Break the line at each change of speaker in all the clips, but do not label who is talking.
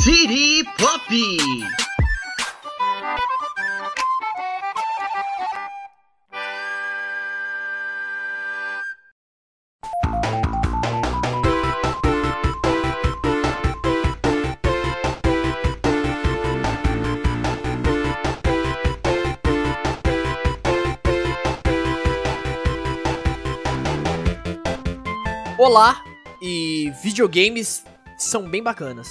City Pop!
Olá, e videogames são bem bacanas.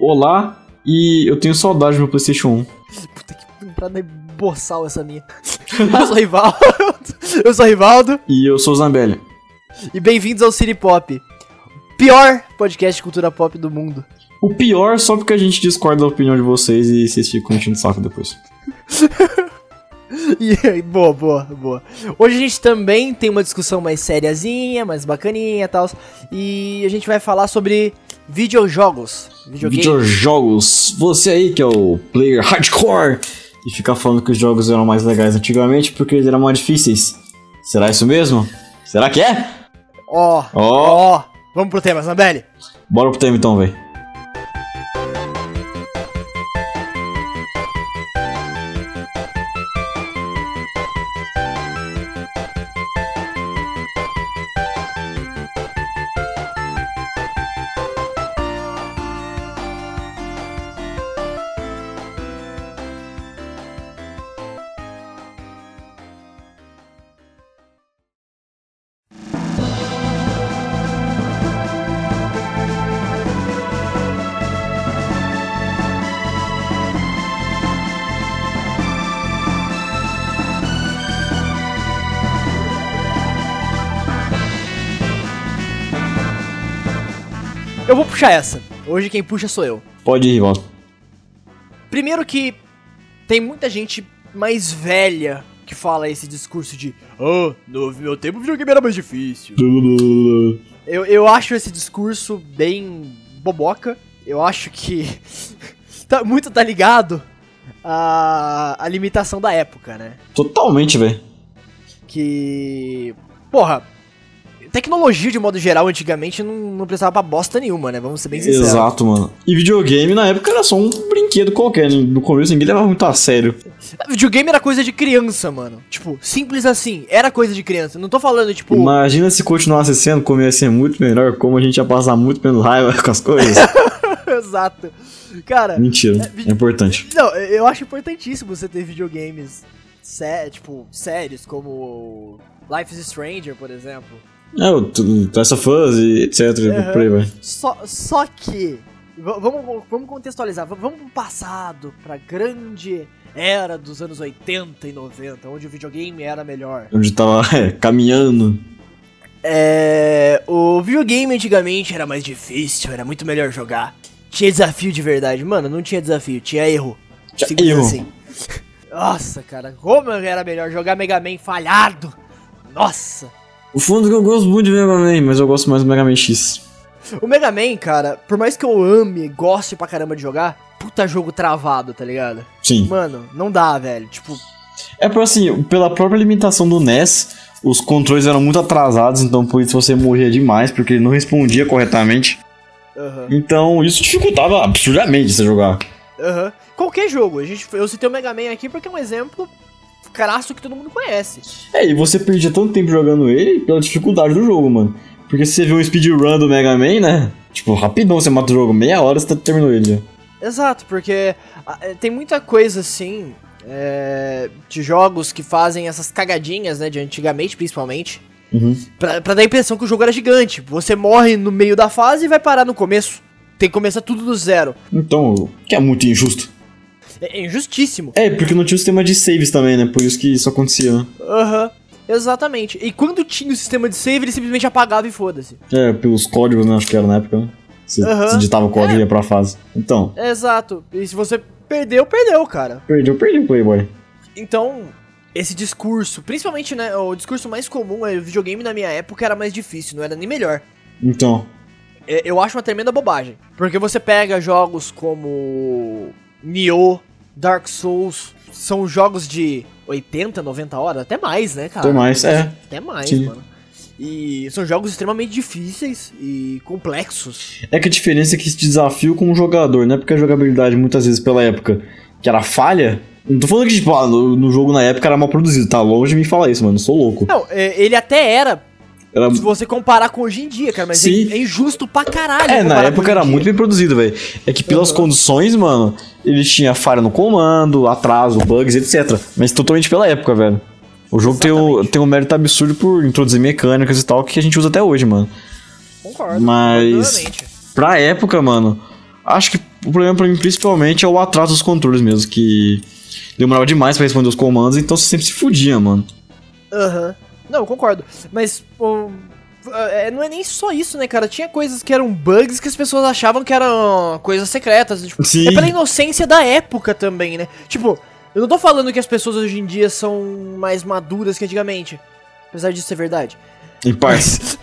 Olá, e eu tenho saudade do meu PlayStation 1.
Puta que entrada é boçal essa minha. Eu sou Rivaldo. Eu sou Rivaldo.
E eu sou o Zambelli.
E bem-vindos ao City Pop. Pior podcast de cultura pop do mundo.
O pior, só porque a gente discorda da opinião de vocês e vocês ficam enchendo o saco depois.
E aí, boa, boa, boa. Hoje a gente também tem uma discussão mais sériazinha, mais bacaninha e tal. E a gente vai falar sobre videojogos. Videogames.
Videojogos, você aí que é o player hardcore e fica falando que os jogos eram mais legais antigamente porque eles eram mais difíceis. Será isso mesmo? Será que é?
Ó,
Ó,
ó, vamos pro tema, Zambelli.
bora pro tema então, velho.
Eu vou puxar essa. Hoje quem puxa sou eu.
Pode ir, Rivaldo.
Primeiro que tem muita gente mais velha que fala esse discurso de Oh, no meu tempo o videogame era mais difícil. Eu, eu acho esse discurso bem boboca. Eu acho que tá, muito tá ligado à, à limitação da época, né?
Totalmente, velho.
Que. Porra, tecnologia de modo geral antigamente não, não precisava pra bosta nenhuma, né? Vamos ser bem sinceros.
Exato, mano. E videogame na época era só um brinquedo qualquer. né? No começo ninguém levava muito a sério.
Videogame era coisa de criança, mano. Tipo, simples assim. Era coisa de criança. Não tô falando, tipo.
Imagina se continuasse sendo como ia ser muito melhor, como a gente ia passar muito menos raiva com as coisas.
Exato. Cara,
Mentira,
vi-
é importante.
não, eu acho importantíssimo você ter videogames sé tipo, sérios, como Life is Stranger, por exemplo.
É, o t- t- essa fãs e etc,
Aham.
por aí vai.
Só, só que. v- Vamos, vamos contextualizar, v- vamos pro passado, pra grande era dos anos 80 e 90, onde o videogame era melhor.
Onde tava é, caminhando.
É. O videogame antigamente era mais difícil, era muito melhor jogar. Tinha desafio de verdade. Mano, não tinha desafio, tinha erro.
Tinha
Simples
erro.
Nossa, cara, como era melhor jogar Mega Man falhado? Nossa!
O fundo que eu gosto muito de Mega Man, mas eu gosto mais do Mega Man X.
O Mega Man, cara, por mais que eu ame, goste pra caramba de jogar, puta jogo travado, tá ligado?
Sim.
Mano, não dá, velho. Tipo,
É por assim, pela própria limitação do NES, os controles eram muito atrasados, então por isso você morria demais, porque ele não respondia corretamente.
aham.
Então isso dificultava absurdamente você jogar.
aham. Qualquer jogo, a gente, eu citei o Mega Man aqui porque é um exemplo crasso que todo mundo conhece.
É, e você perdia tanto tempo jogando ele pela dificuldade do jogo, mano. Porque se você vê um speedrun do Mega Man, né? Tipo, rapidão você mata o jogo, meia hora você tá- terminou ele. já.
Exato, porque ah, eh, tem muita coisa assim eh, de jogos que fazem essas cagadinhas, né? De antigamente, principalmente.
Uhum.
Pra, pra dar a impressão que o jogo era gigante. Você morre no meio da fase e vai parar no começo. Tem que começar tudo do zero.
Então, que é muito injusto.
É é injustíssimo.
É, porque não tinha o sistema de saves também, né? Por isso que isso acontecia, né?
Aham. Exatamente. E quando tinha o sistema de save, ele simplesmente apagava e foda-se.
É, pelos códigos, né? Acho que era na época, né? Você,
Aham.
você digitava o código e ia pra fase. Então,
Exato. E se você perdeu, perdeu, cara.
perdeu, perdeu o Playboy.
Então, esse discurso, principalmente, né? O discurso mais comum é o videogame na minha época era mais difícil, não era nem melhor.
Então,
É, eu acho uma tremenda bobagem. Porque você pega jogos como Nioh, Dark Souls, são jogos de 80, 90 horas, até mais, né, cara?
tem mais. É,
Até mais,
Sim.
mano. E são jogos extremamente difíceis e complexos.
É que a diferença é que esse desafio com o jogador, né? Porque a jogabilidade, muitas vezes, pela época, que era falha. Não tô falando que, tipo, ah, no, no jogo na época era mal produzido. Tá longe de me falar isso, mano. Eu sou louco.
Não, é, ele até era,
Era...
se você comparar com hoje em dia, cara, mas
Sim.
é, é injusto pra caralho.
É, na
comparar com hoje
época
em
era
dia.
muito bem produzido, velho. É que pelas
Aham.
condições, mano, ele tinha falha no comando, atraso, bugs, etc. Mas totalmente pela época, velho. O jogo tem, o,
Exatamente.
tem um mérito absurdo por introduzir mecânicas e tal que a gente usa até hoje, mano.
Concordo.
Mas-
completamente.
Pra época, mano, acho que o problema pra mim principalmente é o atraso dos controles mesmo, que demorava demais pra responder os comandos, então você sempre se fudia, mano.
Aham. Não, eu concordo. Mas pô, é, não é nem só isso, né, cara? Tinha coisas que eram bugs que as pessoas achavam que eram coisas secretas. Tipo,
Sim.
É pela inocência da época também, né? Tipo, eu não tô falando que as pessoas hoje em dia são mais maduras que antigamente. Apesar disso ser verdade.
Em partes.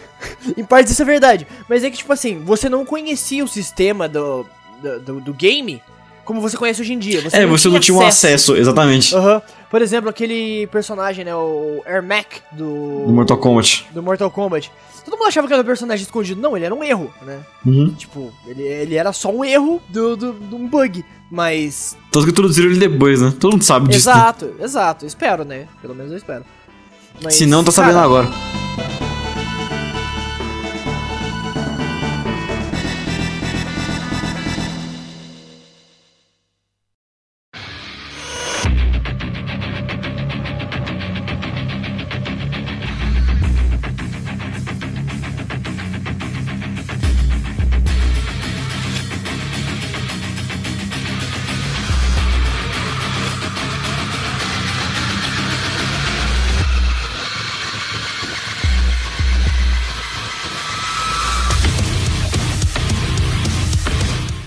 Em parte isso é verdade. Mas é que, tipo assim, você não conhecia o sistema do, do, do- do game como você conhece hoje em dia.
é, você não tinha um acesso, exatamente,
Aham. Por exemplo, aquele personagem, né? O Ermac do.
do Mortal Kombat.
do Mortal Kombat. Todo mundo achava que era um personagem escondido. Não, ele era um erro, né?
Uhum.
Tipo, ele, ele era só um erro de do, do, de um bug. Mas.
Tanto que introduziram ele depois, né? Todo mundo sabe disso. né?
Exato, exato. Espero, né? Pelo menos eu espero. Mas,
Se não, tá
cara,
sabendo agora.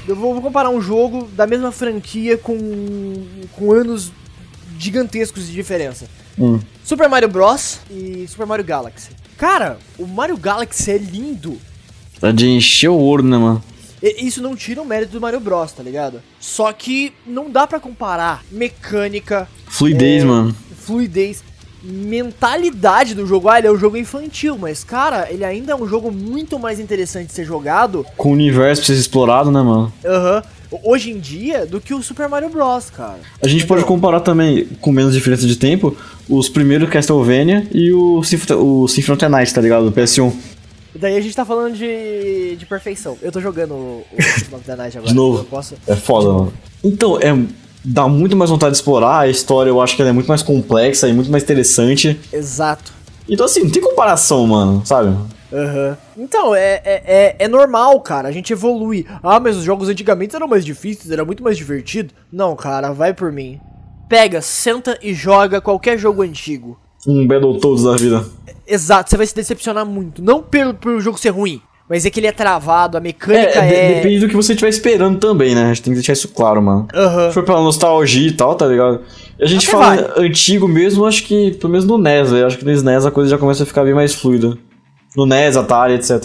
Eu vou, vou comparar um jogo da mesma franquia com, com anos gigantescos de diferença.
Hum.
Super Mario Bros. e Super Mario Galaxy. Cara, o Mario Galaxy é lindo.
Tá de encher o ouro, né, mano?
E- Isso não tira o mérito do Mario Bros, tá ligado? Só que não dá pra comparar mecânica,
Fluidez,
É.
mano.
fluidez, mentalidade do jogo. Ah, ele é um jogo infantil, mas cara, ele ainda é um jogo muito mais interessante de ser jogado
Com o universo pra ser explorado, né, mano?
aham, hoje em dia do que o Super Mario Bros, cara.
A gente pode comparar também, com menos diferença de tempo, os primeiros Castlevania e o, Sinf o Symphony of the Night, tá ligado? Do PS1.
Daí a gente tá falando de, de perfeição. Eu tô jogando o, o Symphony of the Night agora.
De novo.
Eu posso.
É foda, mano. Então, é, dá muito mais vontade de explorar. A história eu acho que ela é muito mais complexa e muito mais interessante.
Exato.
Então, assim, não tem comparação, mano, sabe?
Aham. Então, é, é, é- é normal, cara. A gente evolui. Ah, mas os jogos antigamente eram mais difíceis, era muito mais divertido. Não, cara, vai por mim. Pega, senta e joga qualquer jogo antigo.
Um Battletoads da vida.
Exato, você vai se decepcionar muito. Não pelo, pelo jogo ser ruim, mas é que ele é travado, a
É,
mecânica
de-
é.
depende do que você estiver esperando também, né? A gente tem que deixar isso claro, mano.
Aham.
Se for pela nostalgia e tal, tá ligado? E A gente
Até
fala antigo mesmo, acho que, pelo menos no NES, velho. Acho que no SNES a coisa já começa a ficar bem mais fluida. No NES, Atari, etc.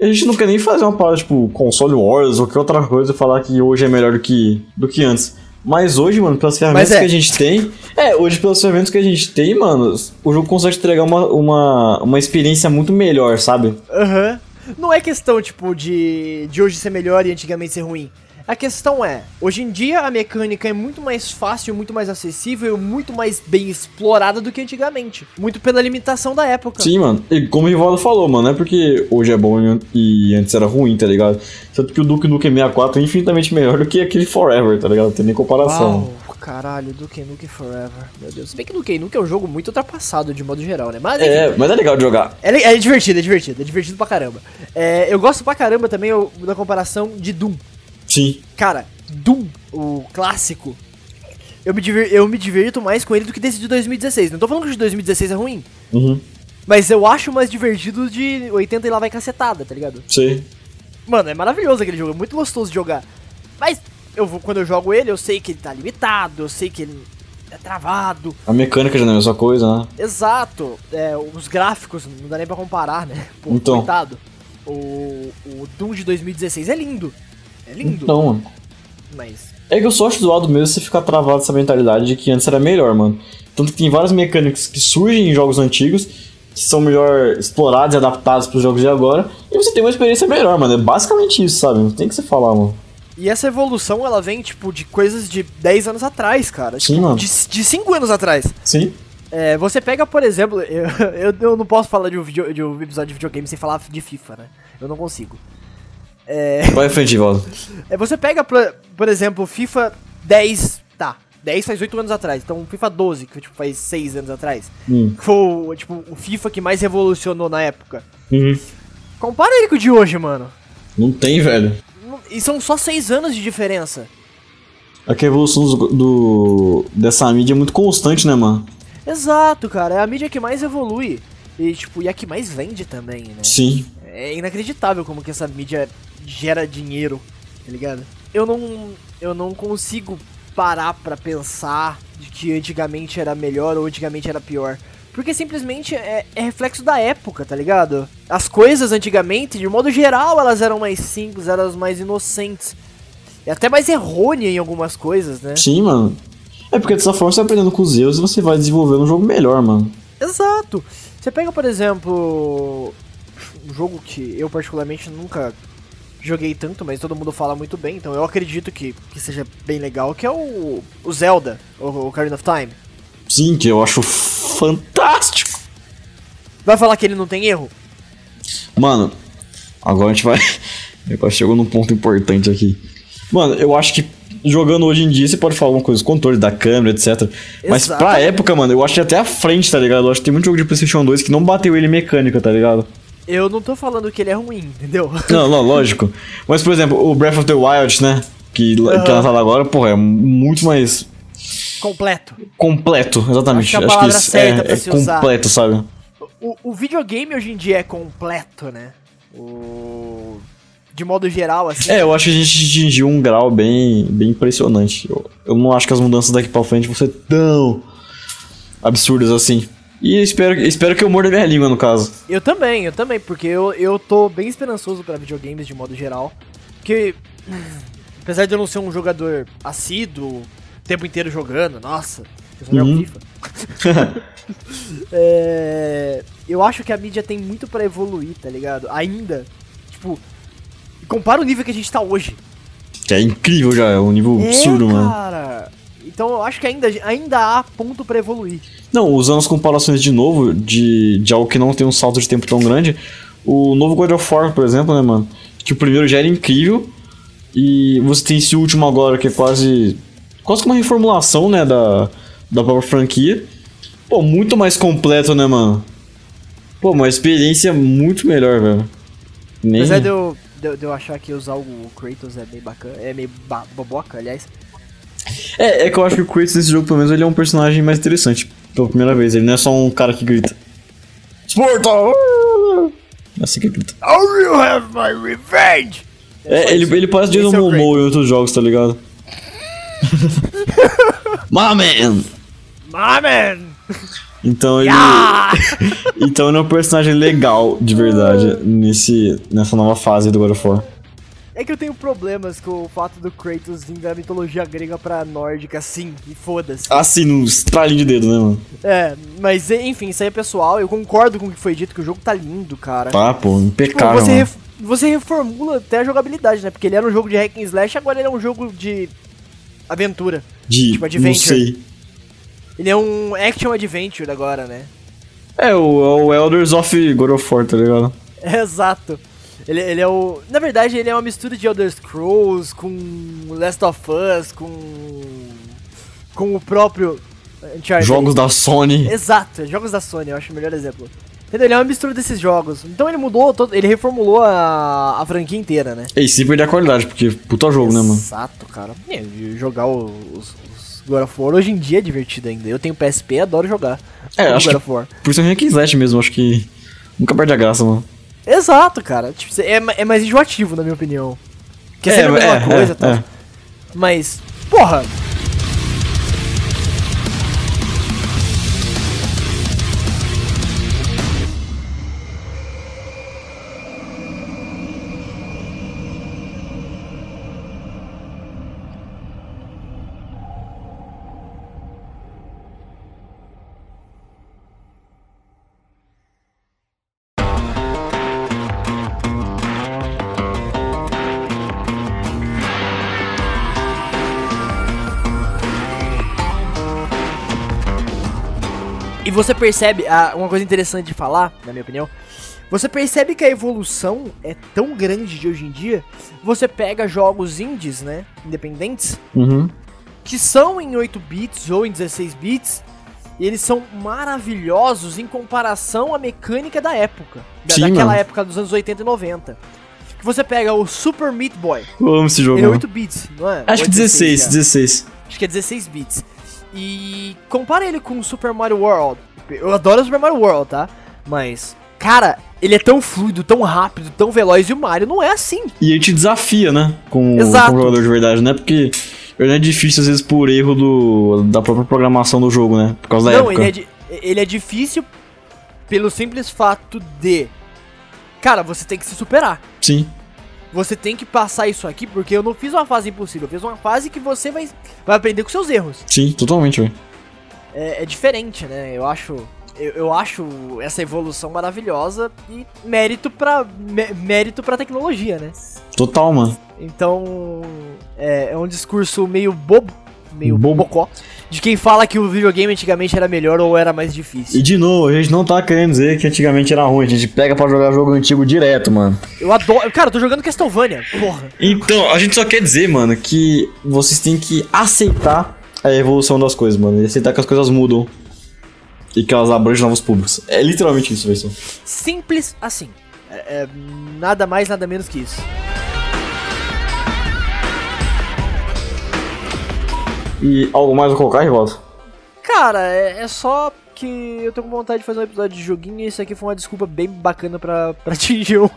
E a gente não quer nem fazer uma parada tipo console wars ou qualquer outra coisa e falar que hoje é melhor do que, do que antes. Mas hoje, mano, pelas ferramentas
é.
que a gente tem. É, hoje pelas ferramentas que a gente tem, mano, o jogo consegue entregar uma, uma, uma experiência muito melhor, sabe?
Aham. Não é questão, tipo, de, de hoje ser melhor e antigamente ser ruim. A questão é, hoje em dia a mecânica é muito mais fácil, muito mais acessível, muito mais bem explorada do que antigamente. Muito pela limitação da época.
Sim, mano. E como o Rivaldo falou, mano, não é porque hoje é bom e an- e antes era ruim, tá ligado? Tanto que o Duke Nukem 64 é infinitamente melhor do que aquele Forever, tá ligado? Não tem nem comparação.
Uau, caralho, Duke Nukem Forever. Meu Deus. Se bem que Duke Nukem é um jogo muito ultrapassado de modo geral, né? Mas enfim,
É, mas é legal de jogar.
É, le- é divertido, é divertido, é divertido pra caramba. É, eu gosto pra caramba também eu- da comparação de Doom.
Sim.
Cara, Doom, o clássico, eu me, diver- eu me divirto mais com ele do que desse de 2016. Não tô falando que o de 2016 é ruim,
Uhum.
mas eu acho mais divertido o de 80 e lá vai cacetada, tá ligado?
Sei.
Mano, é maravilhoso aquele jogo, é muito gostoso de jogar. Mas eu vou, quando eu jogo ele, eu sei que ele tá limitado, eu sei que ele é travado.
A mecânica já não é a mesma coisa, né?
Exato, é, os gráficos, não dá nem pra comparar, né? Pô,
Então.
coitado. O, o Doom de 2016 é lindo, é lindo,
Então, mano.
mas...
É que eu só acho zoado mesmo você ficar travado essa mentalidade de que antes era melhor, mano. Tanto que tem várias mecânicas que surgem em jogos antigos que são melhor explorados e adaptados pros jogos de agora, e você tem uma experiência melhor, mano. É basicamente isso, sabe? Não tem o que você falar, mano.
E essa evolução, ela vem, tipo, de coisas de 10 anos atrás, cara.
Sim,
Tipo,
mano.
De, de 5 anos atrás.
Sim.
É, você pega, por exemplo, eu, eu, eu não posso falar de um, vídeo, de um episódio de videogame sem falar de FIFA, né? Eu não consigo.
Vai em frente, Valdo.
É, você pega, por, por exemplo, FIFA 10, tá, 10 faz 8 anos atrás, então FIFA 12, que tipo, faz 6 anos atrás,
Hum.
que foi o, tipo, o FIFA que mais revolucionou na época.
uhum.
Compara ele com o de hoje, mano.
Não tem, velho.
Não- E são só 6 anos de diferença.
É que a evolução dos- do, dessa mídia é muito constante, né, mano?
Exato, cara, é a mídia que mais evolui. E, tipo, e a que mais vende também, né?
Sim.
É inacreditável como que essa mídia gera dinheiro, tá ligado? Eu não, eu não consigo parar pra pensar de que antigamente era melhor ou antigamente era pior. Porque simplesmente é, é reflexo da época, tá ligado? As coisas antigamente, de modo geral, elas eram mais simples, eram mais inocentes. E até mais errônea em algumas coisas, né?
Sim, mano. É porque dessa forma você vai aprendendo com os erros e você vai desenvolvendo um jogo melhor, mano.
Exato. Você pega, por exemplo, um jogo que eu particularmente nunca joguei tanto, mas todo mundo fala muito bem, então eu acredito que, que seja bem legal, que é o, o Zelda, o o Ocarina of Time.
Sim, que eu acho fantástico.
Vai falar que ele não tem erro?
Mano, agora a gente vai. Agora chegou num ponto importante aqui. Mano, eu acho que jogando hoje em dia você pode falar alguma coisa, controle da câmera, etc. Mas
Exato.
pra época, mano, eu acho que até à frente, tá ligado? Eu acho que tem muito jogo de PlayStation 2 que não bateu ele mecânica, tá ligado?
Eu não tô falando que ele é ruim, entendeu?
Não, não, lógico. Mas, por exemplo, o Breath of the Wild, né? Que, que é lançado agora, porra, é muito mais
Completo.
completo, exatamente.
Acho que é a
Acho que
palavra
isso
certa
é,
pra
é
se usar.
completo, sabe?
O, o videogame hoje em dia é completo, né? O... De modo geral, assim.
É, eu acho que a gente atingiu um grau bem, bem impressionante. Eu, eu não acho que as mudanças daqui pra frente vão ser tão absurdas assim. E eu espero, espero que eu morda minha língua, no caso.
Eu também, eu também, porque eu, eu tô bem esperançoso pra videogames de modo geral. Porque, hum, apesar de eu não ser um jogador assíduo, o tempo inteiro jogando, nossa, eu sou
Uhum.
uhum. FIFA. É, eu acho que a mídia tem muito pra evoluir, tá ligado? Ainda. Tipo, compara o nível que a gente tá hoje.
Que é incrível já, é um nível absurdo,
é,
mano.
cara. Então eu acho que ainda, ainda há ponto pra evoluir.
Não, usando as comparações de novo, de, de algo que não tem um salto de tempo tão grande, o novo God of War, por exemplo, né, mano? Que o primeiro já era incrível, e você tem esse último agora que é quase. quase que uma reformulação, né, da, da própria franquia. Pô, muito mais completo, né, mano? Pô, uma experiência muito melhor, velho. Nem...
Apesar de eu, de, eu- de eu achar que usar o Kratos é meio bacana, é meio ba- boboca, aliás.
é, é que eu acho que o Kratos nesse jogo, pelo menos, ele é um personagem mais interessante. Pela primeira vez, ele não é só um cara que grita. Sparta! Assim que ele grita.
I will have my revenge!
É, ele, ele parece
Esse
Jason
é o
Momoa em outros jogos, tá ligado? My man!
My man!
Então ele.
Ah!
Então ele é um personagem legal, de verdade, nesse, nessa nova fase do God of War.
É que eu tenho problemas com o fato do Kratos vir da mitologia grega pra nórdica, sim, e foda-se.
Assim, no estralinho de dedo, né, mano?
É, mas e- enfim, isso aí é pessoal, eu concordo com o que foi dito, que o jogo tá lindo, cara.
Tá, pô,
Tipo,
impecável.
você,
mano.
ref- você reformula até a jogabilidade, né? Porque ele era um jogo de hack and slash, agora ele é um jogo de aventura.
De.
tipo,
não
adventure.
sei.
Ele é um action adventure agora, né?
É o, é o Elders of God of War, tá ligado?
Exato. Ele, ele é o. Na verdade, ele é uma mistura de Elder Scrolls com Last of Us, com. com o próprio. Uncharted.
Jogos da Sony.
Exato, é jogos da Sony, eu acho o melhor exemplo. Entendeu? Ele é uma mistura desses jogos. Então ele mudou, todo- ele reformulou a, a franquia inteira, né?
Ei, se perder a qualidade, porque puta jogo, né, mano?
Exato, cara. É, e jogar os, os God of War hoje em dia é divertido ainda. Eu tenho PSP, adoro jogar.
É,
o
acho
God
que-
of War.
Por isso é Hack and Slash mesmo, acho que. Nunca perde a graça, mano.
Exato, cara. Tipo, cê- é, ma- é mais enjoativo, na minha opinião. Porque é, sempre a mesma coisa, tá?
é.
Mas, porra! você percebe, ah, uma coisa interessante de falar, na minha opinião, você percebe que a evolução é tão grande de hoje em dia. Você pega jogos indies, né? Independentes,
Uhum.
que são em 8 bits ou em 16 bits, e eles são maravilhosos em comparação à mecânica da época, da,
Sim,
daquela
mano.
época dos anos 80 e 90. Que você pega o Super Meat Boy,
Eu amo esse jogo.
ele é
mano.
8 bits, não é?
Acho que 16,
16.
16.
Acho que é 16 bits. E compara ele com o Super Mario World. Eu adoro o Super Mario World, tá? Mas, cara, ele é tão fluido, tão rápido, tão veloz, e o Mario não é assim.
E ele te desafia, né? Com, com o
Exato.
jogador de verdade, né? Porque ele é difícil, às vezes, por erro do, da própria programação do jogo, né? Por causa da
não,
época.
ele é, di- ele é difícil pelo simples fato de. Cara, você tem que se superar.
Sim.
Você tem que passar isso aqui, porque eu não fiz uma fase impossível. Eu fiz uma fase que você vai, vai aprender com seus erros.
Sim, totalmente, velho.
É, é diferente, né? Eu acho. Eu, eu acho essa evolução maravilhosa e mérito pra, mé- mérito pra tecnologia, né?
Total, mano.
Então, é, é um discurso meio bobo, meio
Bobo.
bocó, de quem fala que o videogame antigamente era melhor ou era mais difícil.
E de novo, a gente não tá querendo dizer que antigamente era ruim, a gente pega pra jogar jogo antigo direto, mano.
Eu adoro. Cara, eu tô jogando Castlevania, porra.
Então, a gente só quer dizer, mano, que vocês têm que aceitar a evolução das coisas, mano. E aceitar que as coisas mudam. E que elas abrangem novos públicos. É literalmente isso, velho.
Simples assim. É- é nada mais, nada menos que isso.
E algo mais a colocar, Rivaldo?
Cara, é, é só que eu tô com vontade de fazer um episódio de joguinho e isso aqui foi uma desculpa bem bacana pra, pra atingir um,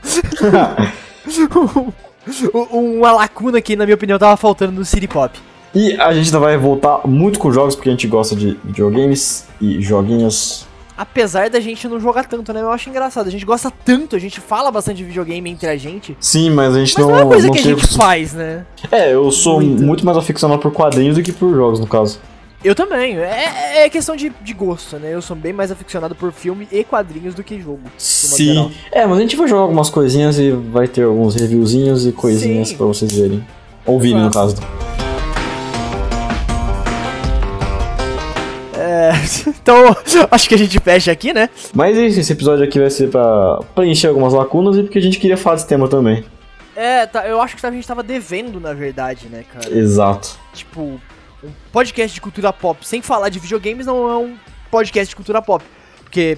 um- uma lacuna que, na minha opinião, tava faltando no City Pop.
E a gente ainda vai voltar muito com jogos, porque a gente gosta de videogames e joguinhos.
Apesar da gente não jogar tanto, né? Eu acho engraçado. A gente gosta tanto, a gente fala bastante de videogame entre a gente.
Sim, mas a gente
Mas não,
não.
é uma coisa
não
que a
tem-
gente faz, né?
É, eu sou
Muito.
muito. mais aficionado por quadrinhos do que por jogos, no caso.
Eu também. É, é questão de, de gosto, né? Eu sou bem mais aficionado por filme e quadrinhos do que jogo. geral.
Sim. É, mas a gente vai jogar algumas coisinhas e vai ter alguns reviewzinhos e coisinhas
Sim.
pra vocês verem. Ouvirem, no
Exato.
caso.
É, então, acho que a gente fecha aqui, né?
Mas é isso, esse episódio aqui vai ser pra preencher algumas lacunas e porque a gente queria falar desse tema também.
É, tá, eu acho que a gente tava devendo, na verdade, né, cara?
Exato.
Tipo, um podcast de cultura pop sem falar de videogames não é um podcast de cultura pop. Porque,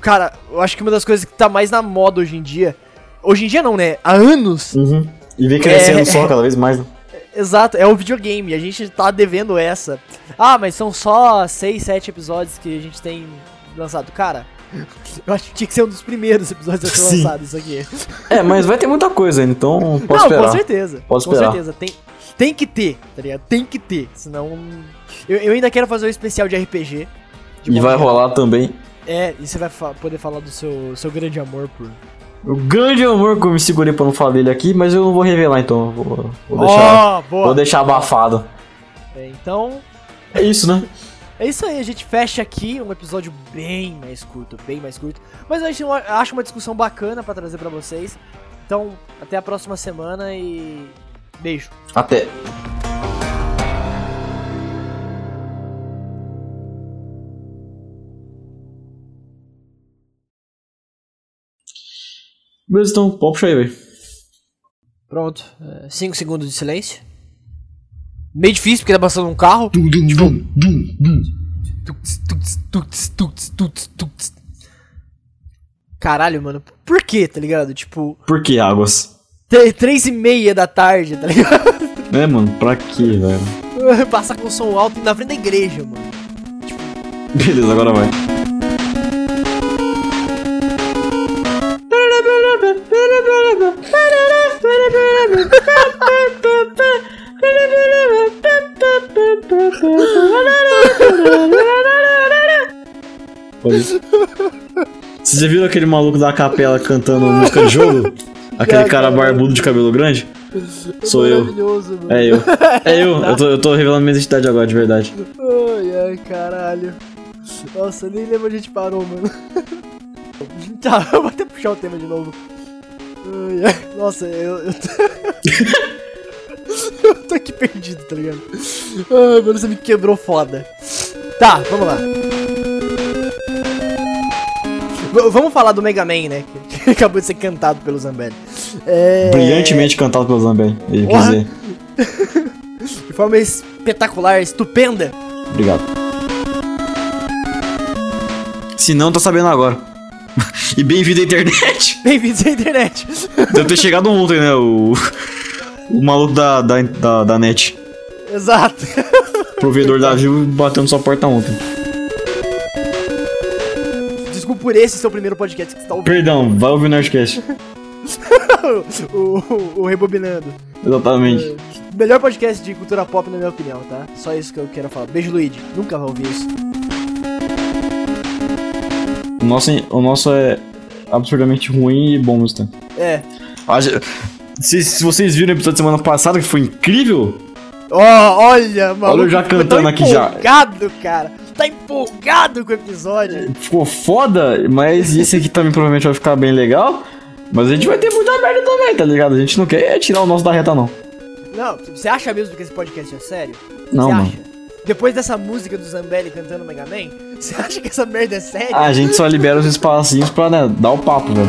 cara, eu acho que uma das coisas que tá mais na moda hoje em dia. Hoje em dia não, né? Há anos.
Uhum. E vem crescendo
É.
só cada vez mais. né?
Exato, é o videogame. A gente tá devendo essa. Ah, mas são só 6, 7 episódios que a gente tem lançado. Cara, eu acho que tinha que ser um dos primeiros episódios a ser
Sim.
lançado isso aqui.
É, mas vai ter muita coisa ainda, então pode
não,
esperar.
com certeza.
Posso
com
esperar.
certeza. Tem, tem que ter, tá ligado? Tem que ter. Senão. Eu, eu ainda quero fazer um especial de RPG. de
E
modo geral.
vai rolar também
É, e você vai fa- poder falar do seu, seu grande amor por.
O grande amor que eu me segurei pra não falar dele aqui, mas eu não vou revelar então. eu Vou, vou deixar,
Ó, boa!
vou deixar abafado.
É, então,
É isso, né?
é isso aí. A gente fecha aqui um episódio bem mais curto, bem mais curto. Mas a gente não a- acha uma discussão bacana pra trazer pra vocês. Então, até a próxima semana e. Beijo.
Até. Beleza, então, pode puxar aí, velho.
Pronto. 5 segundos de silêncio. Meio difícil porque tá passando um carro. Tuts, tuts, tuts, tuts, tuts, tuts. Caralho, mano. Por que, tá ligado? Tipo,
Por que águas?
tre- três e meia da tarde, tá ligado?
É, mano, pra quê, velho?
Passar com som alto na frente da igreja, mano.
Beleza, agora vai. Olha isso. Vocês já viram aquele maluco da capela cantando música de jogo? Aquele cara barbudo de cabelo grande? Sou eu.
Maravilhoso, mano.
É eu. É eu. Eu tô, eu tô revelando minha identidade agora, de verdade.
Ai, ai, caralho. Nossa, nem lembro onde a gente parou, mano. Tá, eu vou até puxar o tema de novo. Ai, ai. Nossa, eu. Eu tô... eu tô aqui perdido, tá ligado? Ai, mano, você me quebrou foda. Tá, vamos lá. v- vamos falar do Mega Man, né? Que acabou de ser cantado pelo Zambelli. É,
Brilhantemente cantado pelo Zambelli. Ele quer
Porra.
dizer.
De forma espetacular, estupenda.
Obrigado. Se não, tá sabendo agora. E bem-vindo à internet.
Bem-vindos à internet.
Deve ter chegado ontem, né? O, o maluco da, da, da, da net.
Exato.
Provedor da Vivo batendo sua porta ontem.
Desculpa por esse seu primeiro podcast que você tá ouvindo.
Perdão, vai ouvir o Nerdcast.
o, o- o Rebobinando.
Exatamente.
Melhor podcast de cultura pop, na minha opinião, tá? Só isso que eu quero falar. Beijo, Luigi. Nunca vai ouvir isso.
O nosso, o nosso é absurdamente ruim e bom ao mesmo tempo.
É.
A ge- Ah, Se, se vocês viram o episódio da semana passada, que foi incrível,
Ó, olha, mano.
eu já cantando aqui já.
empolgado, cara. Tá empolgado com o episódio.
ficou foda, mas esse aqui também provavelmente vai ficar bem legal. Mas a gente vai ter muita merda também, tá ligado? A gente não quer é tirar o nosso da reta, não.
Não, você acha mesmo que esse podcast é sério?
Não,
você
mano.
acha? Depois dessa música do Zambelli cantando Mega Man, você acha que essa merda é séria?
A gente só libera os espacinhos pra né, dar o papo, velho.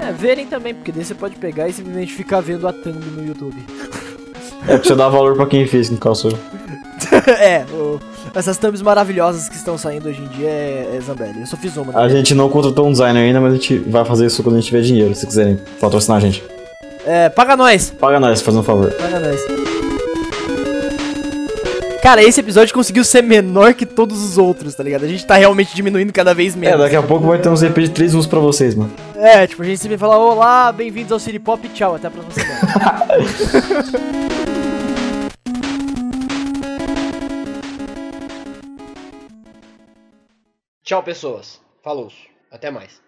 É, verem também, porque daí você pode pegar e simplesmente ficar vendo a thumb no YouTube.
É pra você dar valor pra quem fez, no caso sou eu.
é, o- essas thumbs maravilhosas que estão saindo hoje em dia é, é Zambelli. Eu só fiz uma. né?
A gente não contratou um designer ainda, mas a gente vai fazer isso quando a gente tiver dinheiro, se quiserem patrocinar a gente.
É, paga nós!
Paga nós, faz um favor.
Paga nós. Cara, esse episódio conseguiu ser menor que todos os outros, tá ligado? A gente tá realmente diminuindo cada vez
É,
menos.
daqui a pouco vai ter uns EP de 3 uns pra vocês, mano.
É, tipo, a gente sempre fala, olá, bem-vindos ao City Pop, tchau, até a próxima semana.
Tchau, pessoas. Falou. Até mais.